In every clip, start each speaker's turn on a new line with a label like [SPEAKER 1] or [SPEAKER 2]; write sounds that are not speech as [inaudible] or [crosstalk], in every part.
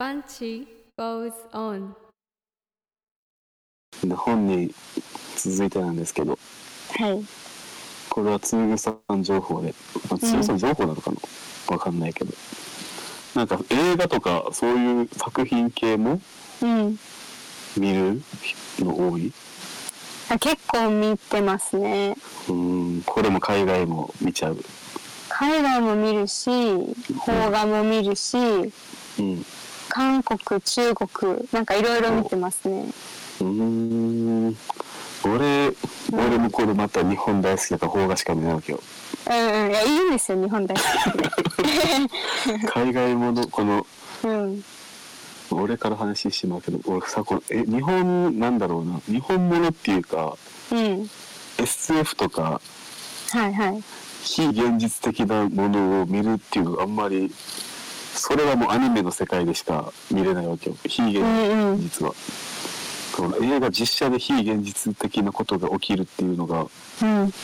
[SPEAKER 1] Sanchi goes on.
[SPEAKER 2] で本に続いてなんですけど
[SPEAKER 3] はい。
[SPEAKER 2] これはつぐさん情報で、まあ、つぐさん情報なのかな、わかんないけどなんか映画とかそういう作品系も
[SPEAKER 3] うん。
[SPEAKER 2] 見るの多い
[SPEAKER 3] あ結構見てますね。
[SPEAKER 2] うんこれも海外も見ちゃう
[SPEAKER 3] 海外も見るし、邦画も見るし、
[SPEAKER 2] うん
[SPEAKER 3] 韓国、中国、なんかいろいろ見てますね。
[SPEAKER 2] うーん俺俺もこれまた日本大好きだから邦画しか見ないわ [laughs] けよ
[SPEAKER 3] うんうん。いや、いいんですよ、日
[SPEAKER 2] [laughs]
[SPEAKER 3] 本大好
[SPEAKER 2] 海外ものこの
[SPEAKER 3] き。うん。
[SPEAKER 2] 俺から話してしまうけど俺さこのえ日本なんだろうな日本ものっていうか
[SPEAKER 3] うん。
[SPEAKER 2] SF とか
[SPEAKER 3] はいはい。
[SPEAKER 2] 非現実的なものを見るっていうのがあんまりそれはもうアニメの世界でしか見れないわけよ非現
[SPEAKER 3] うんうん。
[SPEAKER 2] 実は。この映画実写で非現実的なことが起きるっていうのが
[SPEAKER 3] うん。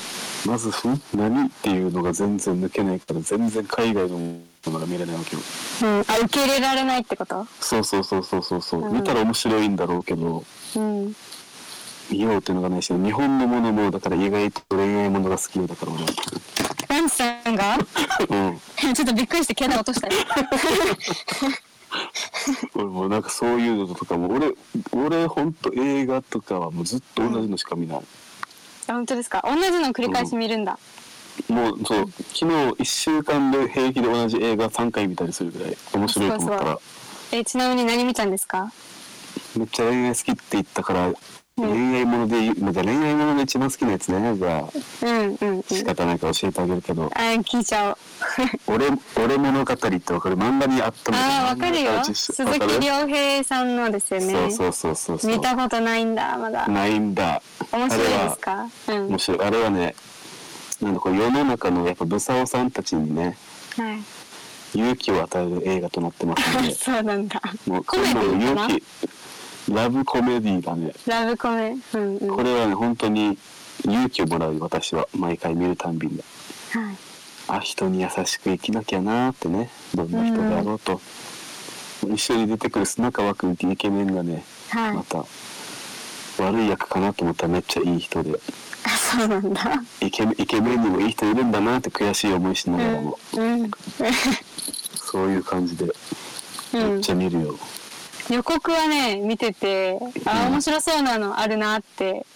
[SPEAKER 2] まずふん何っていうのが全然抜けないから全然海外のものが見れないわけよ
[SPEAKER 3] うん、あ受け入れられないってこと
[SPEAKER 2] そうそうそうそうそうそう、
[SPEAKER 3] うん
[SPEAKER 2] 見たら面白いんだろうけど
[SPEAKER 3] うん
[SPEAKER 2] 見ようっていうのがないし日本のものもだから意外と恋愛ものが好きよだから俺は
[SPEAKER 3] ランチさんが [laughs]
[SPEAKER 2] うん
[SPEAKER 3] ちょっとびっくりして携帯落としたよ
[SPEAKER 2] 俺もなんかそういうのとかも俺俺ほんと映画とかはもうずっと同じのしか見ない、
[SPEAKER 3] 本当ですか同じの繰り返し見るんだ、
[SPEAKER 2] もうそう昨日1週間で平気で同じ映画3回見たりするぐらい面白いと思った
[SPEAKER 3] そう
[SPEAKER 2] ら
[SPEAKER 3] えちなみに何見たんですか
[SPEAKER 2] めっちゃ恋愛好きって言ったから、恋愛ものでいいまあじゃあ恋愛ものが一番好きなやつねじゃあ
[SPEAKER 3] うんうんうん
[SPEAKER 2] 仕方ないから教えてあげるけど
[SPEAKER 3] あ聞い
[SPEAKER 2] [laughs]
[SPEAKER 3] ちゃおう
[SPEAKER 2] 「俺俺物語」ってわかる漫画にあったの
[SPEAKER 3] あーわかるよ鈴木亮平さんのですよね
[SPEAKER 2] そうそうそうそうそう
[SPEAKER 3] 見たことないんだまだ
[SPEAKER 2] ないんだ
[SPEAKER 3] 面白いですかうん
[SPEAKER 2] 面白いあれはねなんだこう世の中のやっぱブサオさんたちにね
[SPEAKER 3] はい
[SPEAKER 2] 勇気を与える映画となってますので
[SPEAKER 3] [laughs] そうなんだ [laughs]
[SPEAKER 2] もう
[SPEAKER 3] コメデ
[SPEAKER 2] こん
[SPEAKER 3] ィ
[SPEAKER 2] なの
[SPEAKER 3] かな
[SPEAKER 2] 勇気ラブコメディだね
[SPEAKER 3] ラブコメうんうん
[SPEAKER 2] これはね本当に勇気をもらう私は毎回見るたんびに
[SPEAKER 3] はい
[SPEAKER 2] あ人に優しく生きなきゃなーってねどんな人であろうと、一緒に出てくる砂川君ってイケメンがね、
[SPEAKER 3] はい
[SPEAKER 2] また悪い役かなと思ったらめっちゃいい人で
[SPEAKER 3] あ [laughs] そうなんだ
[SPEAKER 2] イケメンイケメンにもいい人いるんだなって悔しい思いしながらも、
[SPEAKER 3] うんうん
[SPEAKER 2] そういう感じでめっちゃ見るよ、
[SPEAKER 3] 予告はね見ててあ
[SPEAKER 2] うん
[SPEAKER 3] 面白そうなのあるなって、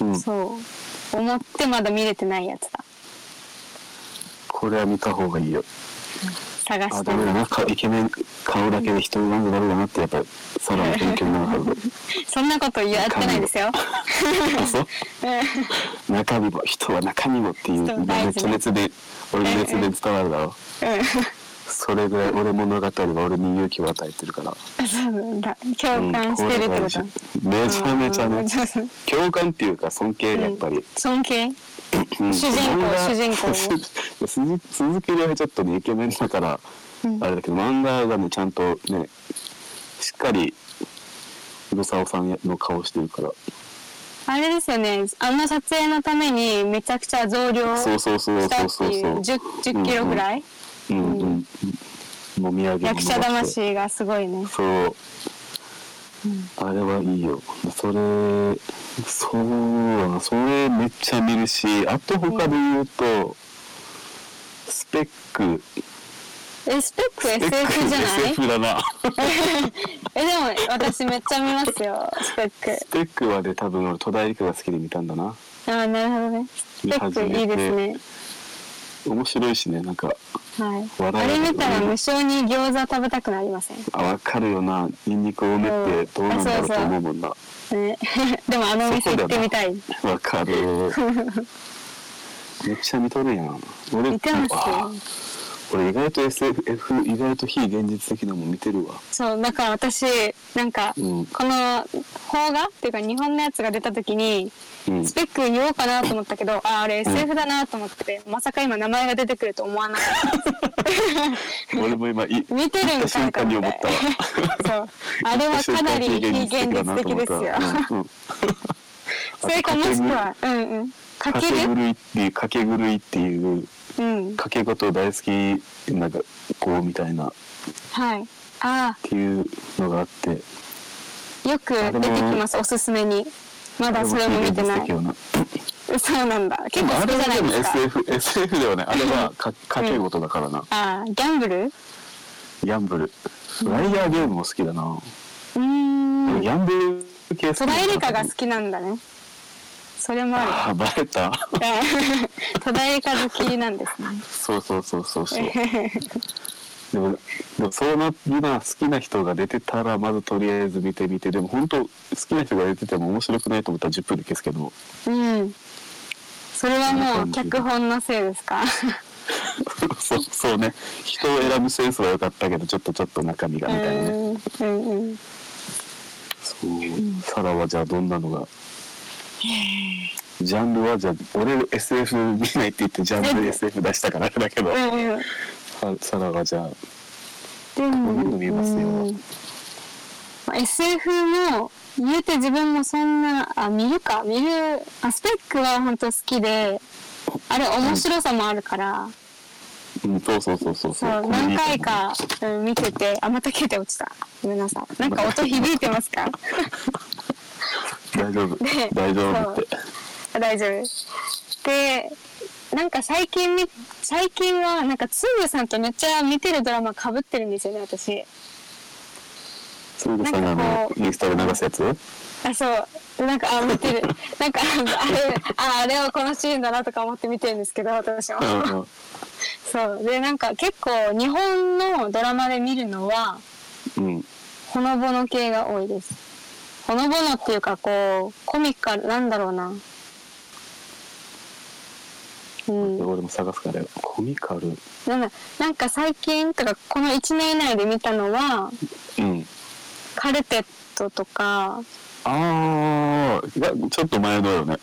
[SPEAKER 2] うん
[SPEAKER 3] そう思ってまだ見れてないやつだ
[SPEAKER 2] これは見た方がいいよ
[SPEAKER 3] 探
[SPEAKER 2] あ
[SPEAKER 3] し
[SPEAKER 2] ダ
[SPEAKER 3] て
[SPEAKER 2] メだ
[SPEAKER 3] る
[SPEAKER 2] なかイケメン顔だけで人選んじゃダメだなってやっぱりさらに勉強になるはず
[SPEAKER 3] そんなことやってないですよ
[SPEAKER 2] あそう
[SPEAKER 3] [laughs]
[SPEAKER 2] 中身も人は中身もっていう
[SPEAKER 3] 人は大事
[SPEAKER 2] 熱熱で俺の熱で伝わるだろそれぐらい俺物語が俺に勇気を与えてるから
[SPEAKER 3] そうなんだ
[SPEAKER 2] う
[SPEAKER 3] [laughs] 共
[SPEAKER 2] ん
[SPEAKER 3] 感してるってこと、
[SPEAKER 2] めちゃめちゃ
[SPEAKER 3] う
[SPEAKER 2] ね
[SPEAKER 3] んそうそう
[SPEAKER 2] 共感っていうか尊敬やっぱり、
[SPEAKER 3] 尊敬
[SPEAKER 2] うん
[SPEAKER 3] 主人公
[SPEAKER 2] 漫画
[SPEAKER 3] 主人公
[SPEAKER 2] [laughs] 鈴鈴木亮平ちょっとねイケメンだから、あれだけど漫画がねちゃんとねしっかりブサオさんの顔してるから
[SPEAKER 3] あれですよねあの撮影のためにめちゃくちゃ増量
[SPEAKER 2] そう
[SPEAKER 3] し
[SPEAKER 2] そうそう
[SPEAKER 3] た
[SPEAKER 2] そう
[SPEAKER 3] っ
[SPEAKER 2] そう
[SPEAKER 3] てい
[SPEAKER 2] そうう
[SPEAKER 3] 10, 10キロぐら
[SPEAKER 2] う
[SPEAKER 3] い、
[SPEAKER 2] んうん、うんもみあげも伸ば
[SPEAKER 3] 役
[SPEAKER 2] して
[SPEAKER 3] 者魂がすごいね
[SPEAKER 2] そう、あれはいいよそれそうだなそれめっちゃ見るしあと他で言うと、スペック
[SPEAKER 3] えスペック SF
[SPEAKER 2] [laughs]
[SPEAKER 3] じゃない
[SPEAKER 2] SF だな
[SPEAKER 3] [laughs] えでも私めっちゃ見ますよスペッ
[SPEAKER 2] スペックはね多分俺戸田恵梨香が好きで見たんだな
[SPEAKER 3] クああなるほどねスペックいいですね
[SPEAKER 2] 面白いしねなんか
[SPEAKER 3] はい
[SPEAKER 2] 笑いが
[SPEAKER 3] あれ見たら無性に餃子食べたくなりません、
[SPEAKER 2] あ分かるよなニンニク多めってどうなんだろうと思うもんな
[SPEAKER 3] ね、 [laughs] でもあのお店行ってみたい
[SPEAKER 2] わか
[SPEAKER 3] [laughs]
[SPEAKER 2] るめっちゃ見とるやん俺
[SPEAKER 3] 見てますよ
[SPEAKER 2] あー俺意外と SF 意外と非現実的なもん見てるわ
[SPEAKER 3] そうだから私なんか、
[SPEAKER 2] うん
[SPEAKER 3] この邦画っていうか日本のやつが出た時に
[SPEAKER 2] うん
[SPEAKER 3] スペック言おうかなと思ったけどあーあれ SF だなと思って、まさか今名前が出てくると思わなかった
[SPEAKER 2] 俺も今い
[SPEAKER 3] 見てる
[SPEAKER 2] 行った
[SPEAKER 3] んか
[SPEAKER 2] 瞬
[SPEAKER 3] と
[SPEAKER 2] 間に
[SPEAKER 3] 思っ
[SPEAKER 2] 思ってたわ
[SPEAKER 3] [laughs] そうあれはかなり非現
[SPEAKER 2] 行った瞬間非現
[SPEAKER 3] 実的
[SPEAKER 2] 実
[SPEAKER 3] です
[SPEAKER 2] 的だな
[SPEAKER 3] よ
[SPEAKER 2] と思ったわうんうん
[SPEAKER 3] [laughs] それかもしくはうんうんかけ
[SPEAKER 2] 賭け
[SPEAKER 3] る
[SPEAKER 2] 狂いっていう賭け狂いっていう
[SPEAKER 3] うん
[SPEAKER 2] 賭け事大好きなんか子みたいな
[SPEAKER 3] はいあ
[SPEAKER 2] ていうのがあって
[SPEAKER 3] あよく出てきますおすすめにまだそれも見てな
[SPEAKER 2] あれも聞いてみてたけ
[SPEAKER 3] い
[SPEAKER 2] どな
[SPEAKER 3] そうなんだ結構
[SPEAKER 2] あ
[SPEAKER 3] 好き
[SPEAKER 2] れ
[SPEAKER 3] じ
[SPEAKER 2] は
[SPEAKER 3] ゃな
[SPEAKER 2] で
[SPEAKER 3] い
[SPEAKER 2] も
[SPEAKER 3] ですか
[SPEAKER 2] SF, SF ではないあれはか賭け事だからな、
[SPEAKER 3] ああギャンブルう
[SPEAKER 2] ギャンブルライアーゲームも好きだな、
[SPEAKER 3] ーん
[SPEAKER 2] ギャンブル系好きだ
[SPEAKER 3] 戸
[SPEAKER 2] な
[SPEAKER 3] 田恵梨香が好きなんだねそれもあ
[SPEAKER 2] あバレた
[SPEAKER 3] る戸田恵梨香好きなんですね
[SPEAKER 2] そうそうそうそうそうでもでもそうな今好きな人が出てたらまずとりあえず見てみてでも本当好きな人が出てても面白くないと思ったら10分で消すけど
[SPEAKER 3] うんそれはもう脚本のせいですか
[SPEAKER 2] [laughs] そうそうね人を選ぶセンスは良かったけどちょっとちょっと中身が
[SPEAKER 3] う
[SPEAKER 2] みたいなね
[SPEAKER 3] んうんうん
[SPEAKER 2] そう、サラはじゃあどんなのがジャンルはじゃあ俺 SF 見ないって言ってジャンル SF 出したからあれだけど
[SPEAKER 3] うんうん
[SPEAKER 2] さサラはじゃあ
[SPEAKER 3] で
[SPEAKER 2] こ
[SPEAKER 3] も、
[SPEAKER 2] んなの見えますよ
[SPEAKER 3] うんまあ SF も言うて自分もそんなあ見るか見るあスペックは本当好きであれ面白さもあるから、
[SPEAKER 2] うん、そうそうそうそう
[SPEAKER 3] そう
[SPEAKER 2] これい
[SPEAKER 3] 何
[SPEAKER 2] いと思う
[SPEAKER 3] 回か、うん、見ててあまた携帯落ちたごめんなさいなんか音響いてますか
[SPEAKER 2] 大丈夫
[SPEAKER 3] ね
[SPEAKER 2] 大丈夫って
[SPEAKER 3] あ大丈夫ですでなんか最近み最近はなんかつぶさんとめっちゃ見てるドラマかぶってるんですよね私
[SPEAKER 2] つぶさんがあ
[SPEAKER 3] なん
[SPEAKER 2] の
[SPEAKER 3] かこう
[SPEAKER 2] インスタで流すやつ
[SPEAKER 3] あそうでなんかあ見
[SPEAKER 2] [laughs]
[SPEAKER 3] てるなんかあれああれはこのシーンだなとか思って見てるんですけど私も
[SPEAKER 2] うんうん
[SPEAKER 3] そうでなんか結構日本のドラマで見るのは
[SPEAKER 2] うん
[SPEAKER 3] ほのぼの系が多いですほのぼのっていうかこうコミカルなんだろうなうん
[SPEAKER 2] 俺も探すからよコミカル
[SPEAKER 3] なんだなんか最近とかこの1年以内で見たのは
[SPEAKER 2] うん
[SPEAKER 3] カルテットとか
[SPEAKER 2] ああちょっと前のよね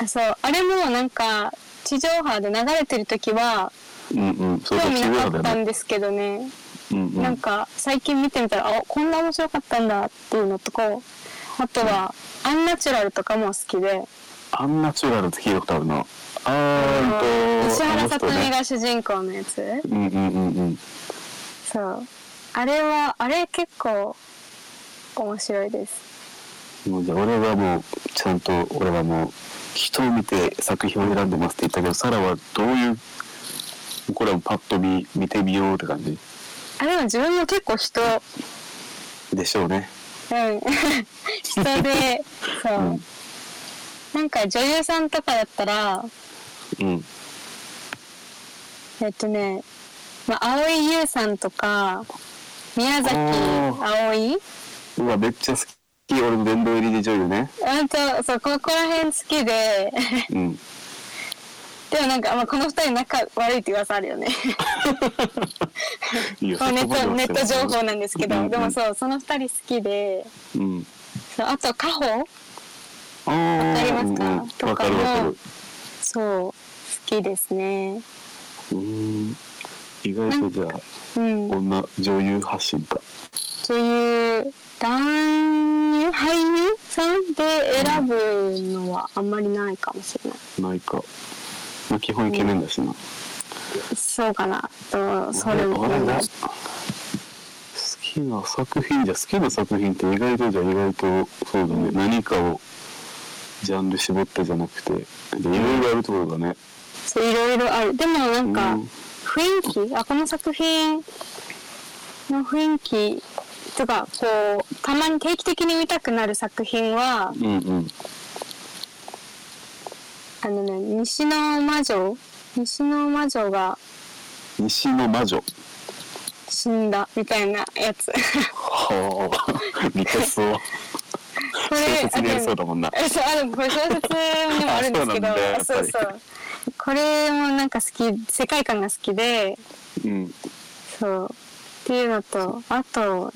[SPEAKER 3] あそうあれもなんか地上波で流れてる時は
[SPEAKER 2] うんうんそ
[SPEAKER 3] 興
[SPEAKER 2] うそう
[SPEAKER 3] 味
[SPEAKER 2] 違
[SPEAKER 3] な
[SPEAKER 2] う
[SPEAKER 3] か
[SPEAKER 2] よ
[SPEAKER 3] った
[SPEAKER 2] ね
[SPEAKER 3] んですけどね、
[SPEAKER 2] うんうん
[SPEAKER 3] なんか最近見てみたらあこんな面白かったんだっていうのとかあとは、アンナチュラルとかも好きで、
[SPEAKER 2] アンナチュラルって聞いたことあるな。あーんと、
[SPEAKER 3] 石
[SPEAKER 2] あ
[SPEAKER 3] 原
[SPEAKER 2] の
[SPEAKER 3] さと
[SPEAKER 2] 人
[SPEAKER 3] み
[SPEAKER 2] ね。
[SPEAKER 3] が主人公のやつ、
[SPEAKER 2] うんうんうんうん。
[SPEAKER 3] そうあれはあれ結構面白いです
[SPEAKER 2] もうじゃあ俺はもう、ちゃんと俺はもう、人を見て作品を選んでますって言ったけど、サラはどういう、これはパッと見、見てみようって感じ
[SPEAKER 3] あれも自分も結構人
[SPEAKER 2] でしょうね。
[SPEAKER 3] うん人でそう、
[SPEAKER 2] うん
[SPEAKER 3] なんか女優さんとかだったら
[SPEAKER 2] うん。
[SPEAKER 3] えっとね、まあ、蒼井優さんとか宮崎
[SPEAKER 2] あー
[SPEAKER 3] 葵
[SPEAKER 2] うわ、めっちゃ好き。俺の殿堂入りで女優ね。
[SPEAKER 3] うんとそうここら辺好きで [laughs]
[SPEAKER 2] うん。
[SPEAKER 3] でもなんか、まあ、この二人仲悪いって噂あるよね
[SPEAKER 2] いいよ
[SPEAKER 3] これネットネット情報なんですけど、
[SPEAKER 2] うんうん
[SPEAKER 3] でもそうその二人好きで
[SPEAKER 2] うん。
[SPEAKER 3] そうあとカホ
[SPEAKER 2] あー
[SPEAKER 3] わかりますか
[SPEAKER 2] うんうん
[SPEAKER 3] と
[SPEAKER 2] わ
[SPEAKER 3] か
[SPEAKER 2] かる
[SPEAKER 3] も
[SPEAKER 2] わかる。
[SPEAKER 3] そう好きですね
[SPEAKER 2] うーん。意外とじゃあ、
[SPEAKER 3] うん
[SPEAKER 2] 女女優発信か。
[SPEAKER 3] という男優俳優さんで選ぶのはあんまりないかもしれない
[SPEAKER 2] ないか。まあ、基本イケメンだしな。
[SPEAKER 3] そうかなとそれも
[SPEAKER 2] 俺が好きな作品じゃ好きな作品って意外とじゃ意外とそうだね、何かをジャンル絞ってじゃなくてでいろいろあるところだね
[SPEAKER 3] そういろいろあるでもなんか
[SPEAKER 2] うん
[SPEAKER 3] 雰囲気あこの作品の雰囲気とかこうたまに定期的に見たくなる作品は
[SPEAKER 2] うんうん
[SPEAKER 3] あのね西の魔女西の魔女が
[SPEAKER 2] 西の魔女
[SPEAKER 3] 死んだみたいなやつこ
[SPEAKER 2] はあ見たそう小説にありそうだもんな
[SPEAKER 3] えそうあでもこれ小説にもあるんですけ
[SPEAKER 2] [laughs]
[SPEAKER 3] ど
[SPEAKER 2] あそうなんだやっぱ
[SPEAKER 3] そう
[SPEAKER 2] り
[SPEAKER 3] そうこれもなんか好き世界観が好きで
[SPEAKER 2] うん
[SPEAKER 3] そうっていうのとあと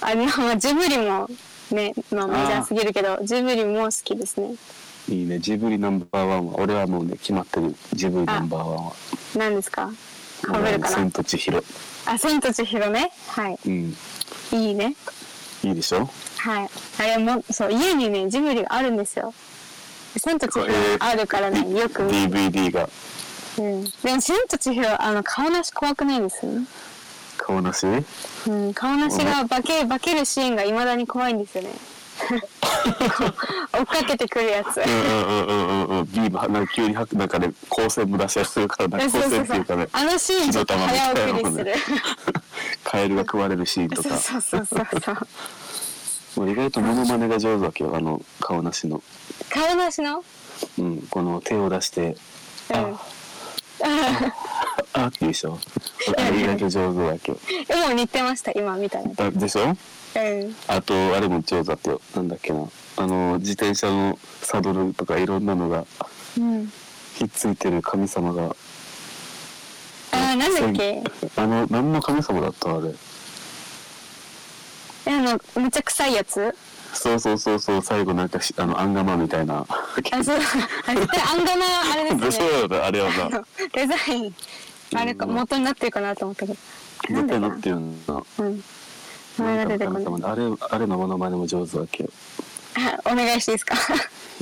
[SPEAKER 3] あれ、まあ、ジブリもね、まあ、メジャーすぎるけどジブリも好きですね
[SPEAKER 2] いいねジブリナンバーワンは俺はもうね決まってるジブリナンバーワンは
[SPEAKER 3] 何ですかかぶ
[SPEAKER 2] 俺は
[SPEAKER 3] る
[SPEAKER 2] ね
[SPEAKER 3] か
[SPEAKER 2] 千
[SPEAKER 3] な
[SPEAKER 2] と千尋
[SPEAKER 3] あ千と千尋ねはい
[SPEAKER 2] うん
[SPEAKER 3] いいね
[SPEAKER 2] いいでしょ
[SPEAKER 3] はいあれもそう家にねジブリがあるんですよ千と千尋あるからねよく見る
[SPEAKER 2] DVD が
[SPEAKER 3] うん、でも千と千尋あの顔なし怖くないですよね
[SPEAKER 2] 顔なし
[SPEAKER 3] うん、顔なしが化け化けるシーンがいまだに怖いんです
[SPEAKER 2] [laughs]
[SPEAKER 3] よね追っかけてくるやつ
[SPEAKER 2] うんうんうんうんうんうんビーバーなんか急に吐く中で光線も出しやすいからな光線っていうかね [laughs]
[SPEAKER 3] あのシーンちょっと早送りする
[SPEAKER 2] カエルが食われるシーンと
[SPEAKER 3] そう
[SPEAKER 2] か
[SPEAKER 3] そうそうそうそう
[SPEAKER 2] もう意外とモノマネが上手だけどあの顔なしの、
[SPEAKER 3] 顔なしの
[SPEAKER 2] うん、この手を出して
[SPEAKER 3] うん
[SPEAKER 2] ああっていうでしょあれ意外と上手だけ
[SPEAKER 3] でも似てました今みたいな
[SPEAKER 2] どだでしょ
[SPEAKER 3] うん
[SPEAKER 2] あとあれも上手だってよなんだっけなあの自転車のサドルとかいろんなのが
[SPEAKER 3] うん
[SPEAKER 2] ひっついてる神様が
[SPEAKER 3] あーなんだっけ
[SPEAKER 2] あの何の神様だったあれ
[SPEAKER 3] あのめっちゃ臭いやつ
[SPEAKER 2] そうそうそうそう最後なんかしあのアンガマみたいな
[SPEAKER 3] あそうあ絶対アンガマあれですね
[SPEAKER 2] [laughs] そうだよねあれはな
[SPEAKER 3] あのデザインあれか元になってるかなと思ったけどなん
[SPEAKER 2] 絶
[SPEAKER 3] だ
[SPEAKER 2] 対
[SPEAKER 3] っけ
[SPEAKER 2] な
[SPEAKER 3] な
[SPEAKER 2] ってるんだ
[SPEAKER 3] うん名前が出てこない
[SPEAKER 2] あれあれのモノマネも上手だけど
[SPEAKER 3] あお願いしていいですか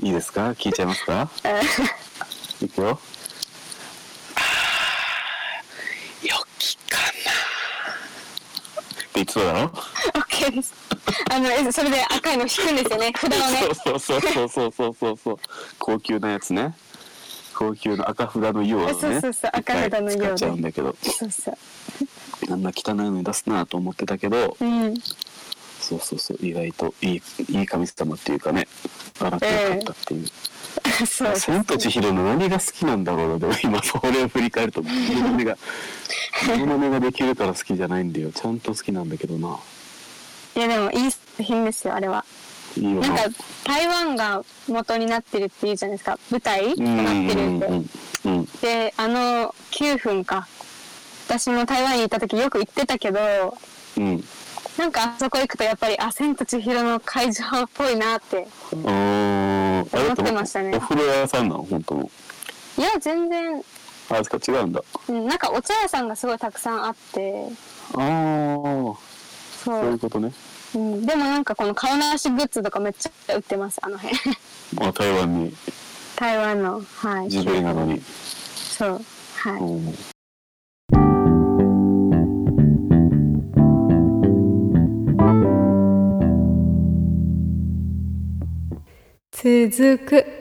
[SPEAKER 2] いいですか聞いちゃいます
[SPEAKER 3] [laughs]
[SPEAKER 2] かいくよよきかなっていつもだろ
[SPEAKER 3] オッケーです [laughs] あのえそれで赤いの引くんです [laughs] よね札をね
[SPEAKER 2] そうそうそうそうそうそうそう高級なやつね高級の赤札のようなね
[SPEAKER 3] そうそうそう赤札のような
[SPEAKER 2] 一回使っちゃうんだけど
[SPEAKER 3] そうそう
[SPEAKER 2] あんな汚いのに出すなと思ってたけど
[SPEAKER 3] うん
[SPEAKER 2] そうそうそう意外といいいい神様っていうかね洗ってよかったっていう、
[SPEAKER 3] そう
[SPEAKER 2] 千と千尋の何が好きなんだろうなでも今それを振り返るとモノ
[SPEAKER 3] [laughs]
[SPEAKER 2] マネがモノマネができるから好きじゃないんだよちゃんと好きなんだけどない
[SPEAKER 3] やでもいい作品ですよあれはい
[SPEAKER 2] いよ
[SPEAKER 3] なん
[SPEAKER 2] な
[SPEAKER 3] か台湾が元になってるっていうじゃないですか舞台と
[SPEAKER 2] うんう
[SPEAKER 3] なっ
[SPEAKER 2] ん
[SPEAKER 3] てるん
[SPEAKER 2] う
[SPEAKER 3] で
[SPEAKER 2] んうん
[SPEAKER 3] であの9分か私も台湾にいた時よく行ってたけど
[SPEAKER 2] うん
[SPEAKER 3] なんかあそこ行くとやっぱりあ千と千尋の会場っぽいなって
[SPEAKER 2] おーあれだ
[SPEAKER 3] 思ってましたね
[SPEAKER 2] お風呂屋さんなの本当の
[SPEAKER 3] いや全然
[SPEAKER 2] あそっか違うんだ
[SPEAKER 3] うんなんかお茶屋さんがすごいたくさんあって
[SPEAKER 2] ああ
[SPEAKER 3] そ
[SPEAKER 2] そういう
[SPEAKER 3] う、
[SPEAKER 2] ことね
[SPEAKER 3] うん、でもなんかこの顔なしグッズとかめっちゃ売ってますあの辺 [laughs]
[SPEAKER 2] あ台湾に
[SPEAKER 3] 台湾のはい
[SPEAKER 2] ジブリなのに
[SPEAKER 3] そうはい、
[SPEAKER 2] うん
[SPEAKER 1] 続く